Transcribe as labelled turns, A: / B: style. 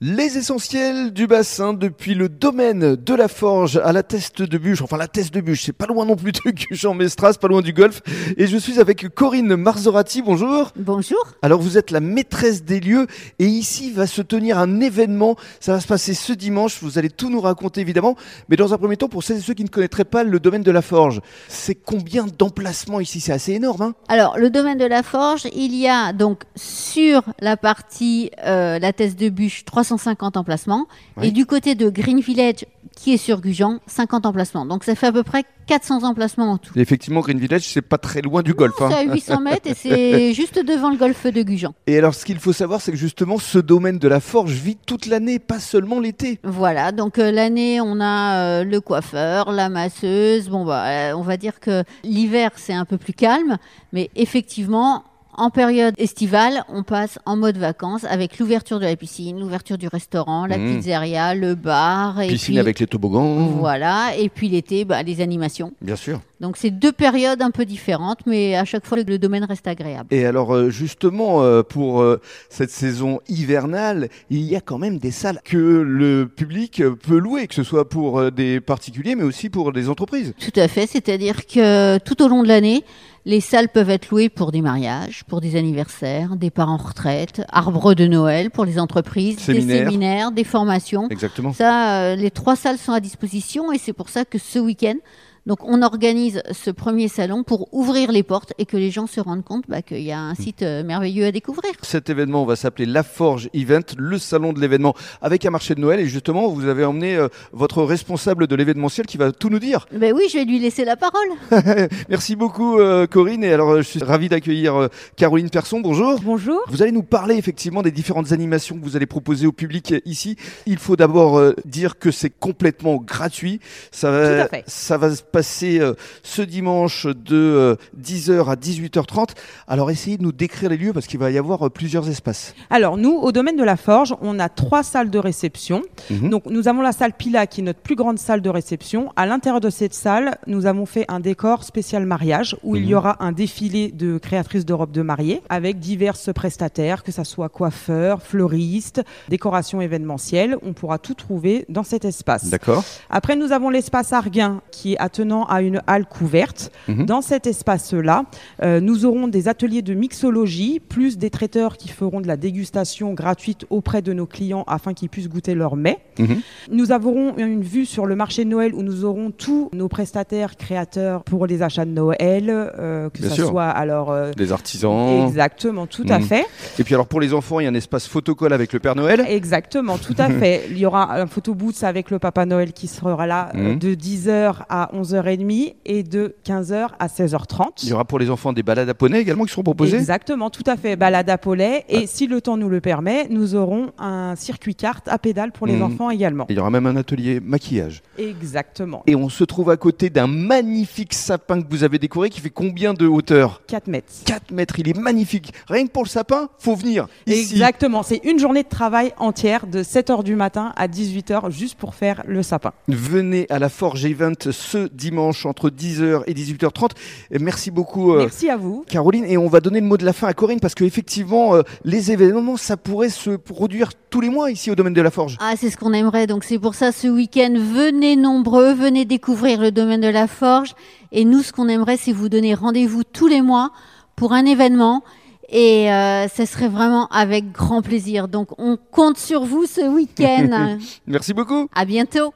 A: Les essentiels du bassin depuis le domaine de la Forge à la Teste de Buche, enfin la Teste de Buche, c'est pas loin non plus de Guchan-Mestras, pas loin du golf. Et je suis avec Corinne Marzorati, bonjour.
B: Bonjour.
A: Alors vous êtes la maîtresse des lieux et ici va se tenir un événement, ça va se passer ce dimanche, vous allez tout nous raconter évidemment. Mais dans un premier temps, pour celles et ceux qui ne connaîtraient pas le domaine de la Forge, c'est combien d'emplacements ici C'est assez énorme, hein
B: Alors, le domaine de la forge, il y a donc sur la partie euh, la thèse de bûche 350 emplacements
A: Oui.
B: et du côté de Green Village qui est sur Gujan 50 emplacements. Donc ça fait à peu près 400 emplacements en tout.
A: Et Effectivement, Green Village, c'est pas très loin du golf. hein.
B: C'est à 800 mètres et c'est juste devant le golfe de Gujan.
A: Et alors, ce qu'il faut savoir, c'est que justement, ce domaine de la forge vit toute l'année, pas seulement l'été.
B: Voilà, donc euh, l'année on a euh, le coiffeur, la masseuse. Bon bah euh, on va dire que l'hiver c'est un peu plus calme, mais effectivement en période estivale, on passe en mode vacances avec l'ouverture de la piscine, l'ouverture du restaurant, la
A: Mmh.
B: pizzeria, le bar et
A: Piscine
B: puis-
A: avec les toboggans,
B: Voilà, et puis l'été, bah, les animations.
A: bien sûr.
B: Donc c'est deux périodes un peu différentes, mais à chaque fois le domaine reste agréable.
A: Et alors, euh, justement, euh, pour euh, cette saison hivernale, il y a quand même des salles que le public euh, peut louer, que ce soit pour euh, des particuliers, mais aussi pour des entreprises.
B: Tout à fait, c'est-à-dire que tout au long de l'année, les salles peuvent être louées pour des mariages, pour des anniversaires, des parents en retraite, arbres de Noël pour les entreprises, des
A: Séminaires.
B: séminaires, des formations.
A: Exactement.
B: Ça, euh, les trois salles sont à disposition et c'est pour ça que ce week-end, donc on organise ce premier salon pour ouvrir les portes et que les gens se rendent compte bah, qu'il y a un site euh, merveilleux à découvrir.
A: Cet événement va s'appeler La Forge Event, le salon de l'événement, avec un marché de Noël. Et justement, vous avez emmené euh, votre responsable de l'événementiel qui va tout nous dire.
B: Ben oui, je vais lui laisser la parole.
A: Merci beaucoup euh, Corinne et alors euh, je suis ravi d'accueillir euh, Caroline Persson, bonjour.
C: Bonjour.
A: Vous allez nous parler effectivement des différentes animations que vous allez proposer au public euh, ici. Il faut d'abord euh, dire que c'est complètement gratuit. Ça
C: Tout
A: va,
C: à fait.
A: ça va se passer euh, ce dimanche de euh, 10h à 18h30. Alors essayez de nous décrire les lieux parce qu'il va y avoir euh, plusieurs espaces.
C: Alors nous, au domaine de la forge, on a trois salles de réception.
A: Mhm.
C: Donc nous avons la salle Pila qui est notre plus grande salle de réception. À l'intérieur de cette salle, nous avons fait un décor spécial mariage où il y aura un défilé de créatrices de robes de mariée avec diverses prestataires, que ça soit coiffeurs, fleuristes, décoration événementielle. On pourra tout trouver dans cet espace.
A: D'accord.
C: Après, nous avons l'espace Arguin qui est attenant à une halle couverte.
A: Mhm.
C: Dans cet espace-là, euh, nous aurons des ateliers de mixologie, plus des traiteurs qui feront de la dégustation gratuite auprès de nos clients afin qu'ils puissent goûter leurs mets.
A: Mhm.
C: Nous aurons une vue sur le marché de Noël où nous aurons tous nos prestataires créateurs pour les achats de Noël, euh, que
A: Bien
C: ce
A: sûr.
C: soit alors. euh,
A: Des artisans.
C: Exactement, tout à
A: Mhm.
C: fait.
A: Et puis alors pour les enfants, il y a un espace photocolle avec le Père Noël.
C: Exactement, tout à fait. Il y aura un photobooth avec le Papa Noël qui sera là euh,
A: Mhm.
C: de 10h à 11h30 et de 15h à
A: Il
C: 16h30.
A: y aura pour les enfants des balades à poney également qui seront proposées.
C: Exactement, tout à fait. Balade à Pollet.
A: Ah.
C: Et si le temps nous le permet, nous aurons un circuit carte à pédale pour les
A: Mhm.
C: enfants également.
A: Il y aura même un atelier maquillage.
C: Exactement.
A: Et on se trouve à côté d'un magnifique sapin que vous avez décoré qui fait combien de hauteur
C: 4 mètres.
A: 4 mètres, il est magnifique. Rien que pour le sapin, faut venir. Ici.
C: Exactement, c'est une journée de travail entière de 7h du matin à 18h juste pour faire le sapin.
A: Venez à la Forge Event ce dimanche entre 10h et 18h30. Et Merci beaucoup. euh,
C: Merci à vous.
A: Caroline, et on va donner le mot de la fin à Corinne parce qu'effectivement, les événements, ça pourrait se produire tous les mois ici au domaine de la Forge.
B: Ah, c'est ce qu'on aimerait. Donc c'est pour ça ce week-end, venez nombreux, venez découvrir le domaine de la forge. Et nous, ce qu'on aimerait, c'est vous donner rendez-vous tous les mois pour un événement. Et euh, ça serait vraiment avec grand plaisir. Donc on compte sur vous ce week-end.
A: Merci beaucoup.
B: à bientôt.